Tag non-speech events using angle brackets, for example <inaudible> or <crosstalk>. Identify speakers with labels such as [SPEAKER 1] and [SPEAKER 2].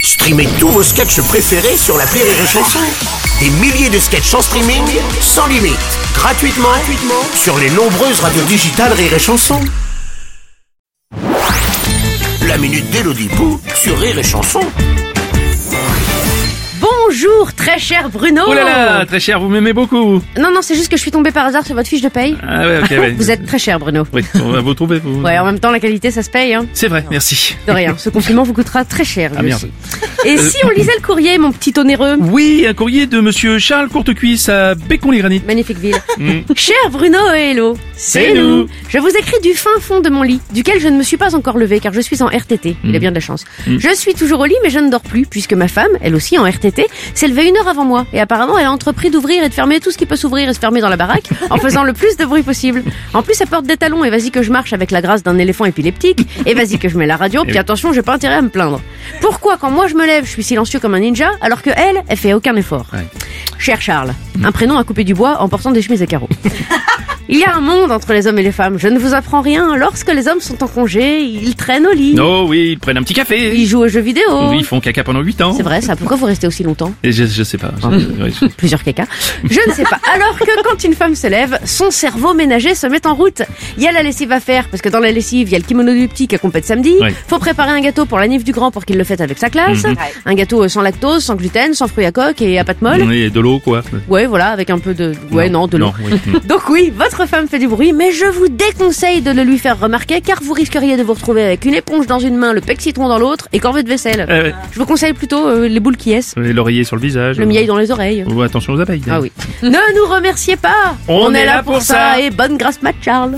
[SPEAKER 1] Streamez tous vos sketchs préférés sur la Rire et Chanson. Des milliers de sketchs en streaming, sans limite, gratuitement, gratuitement sur les nombreuses radios digitales Rire et Chanson. La minute d'Elodipou sur Rire et Chanson.
[SPEAKER 2] Bonjour, très cher Bruno.
[SPEAKER 3] Oh là là, très cher, vous m'aimez beaucoup.
[SPEAKER 2] Non, non, c'est juste que je suis tombée par hasard sur votre fiche de paye.
[SPEAKER 3] Ah ouais, ok, ouais.
[SPEAKER 2] <laughs> Vous êtes très cher Bruno.
[SPEAKER 3] Oui, on va vous trouver. Vous...
[SPEAKER 2] Ouais, en même temps, la qualité, ça se paye. Hein.
[SPEAKER 3] C'est vrai, merci.
[SPEAKER 2] De rien, ce confinement vous coûtera très cher.
[SPEAKER 3] Ah,
[SPEAKER 2] lui
[SPEAKER 3] merde.
[SPEAKER 2] aussi. Et si on lisait le courrier, mon petit onéreux
[SPEAKER 3] Oui, un courrier de monsieur Charles Courtecuisse à Bécon-les-Granits.
[SPEAKER 2] Magnifique ville. Cher Bruno et Hello.
[SPEAKER 3] C'est nous.
[SPEAKER 2] Je vous écris du fin fond de mon lit, duquel je ne me suis pas encore levée car je suis en RTT. Il a bien de la chance. Je suis toujours au lit mais je ne dors plus puisque ma femme, elle aussi en RTT, s'est levée une heure avant moi et apparemment elle a entrepris d'ouvrir et de fermer tout ce qui peut s'ouvrir et se fermer dans la baraque en faisant le plus de bruit possible. En plus, elle porte des talons et vas-y que je marche avec la grâce d'un éléphant épileptique et vas-y que je mets la radio puis
[SPEAKER 3] oui.
[SPEAKER 2] attention, j'ai pas intérêt à me plaindre. Pourquoi quand moi je me lève, je suis silencieux comme un ninja alors que elle, elle fait aucun effort
[SPEAKER 3] Ouais.
[SPEAKER 2] Cher Charles, un prénom à couper du bois en portant des chemises à carreaux. Il y a un monde entre les hommes et les femmes. Je ne vous apprends rien. Lorsque les hommes sont en congé, ils traînent au lit.
[SPEAKER 3] Oh oui, ils prennent un petit café.
[SPEAKER 2] Ils jouent aux jeux vidéo.
[SPEAKER 3] Ils font caca pendant 8 ans.
[SPEAKER 2] C'est vrai, Ah. ça. Pourquoi vous restez aussi longtemps
[SPEAKER 3] Et je, je sais pas. Je- ouais, je-
[SPEAKER 2] Plusieurs caca. Je ne sais pas. Alors que quand une femme se lève, son cerveau ménager se met en route. Il y a la lessive à faire, parce que dans la lessive, il y a le kimono du petit qui a compète samedi.
[SPEAKER 3] Ouais.
[SPEAKER 2] Faut préparer un gâteau pour la nif du grand pour qu'il le fête avec sa classe. Un gâteau sans lactose, sans gluten, sans fruits à coque et à pâte molle.
[SPEAKER 3] Et de l'eau, quoi.
[SPEAKER 2] Ouais, voilà, avec un peu de... Ouais, non, de l'eau.
[SPEAKER 3] oui.
[SPEAKER 2] <laughs>
[SPEAKER 3] Mm.
[SPEAKER 2] Donc oui, votre femme fait du bruit, mais je vous déconseille de le lui faire remarquer car vous risqueriez de vous retrouver avec une éponge dans une main, le pec citron dans l'autre et corvée de vaisselle.
[SPEAKER 3] Ah ouais.
[SPEAKER 2] Je vous conseille plutôt euh, les boules qui est,
[SPEAKER 3] Et L'oreiller sur le visage.
[SPEAKER 2] le miel dans les oreilles.
[SPEAKER 3] Oh, attention aux abeilles.
[SPEAKER 2] Ah oui. ne nous remerciez pas
[SPEAKER 3] On Mm. est là pour ça.
[SPEAKER 2] et bonne grâce mat Charles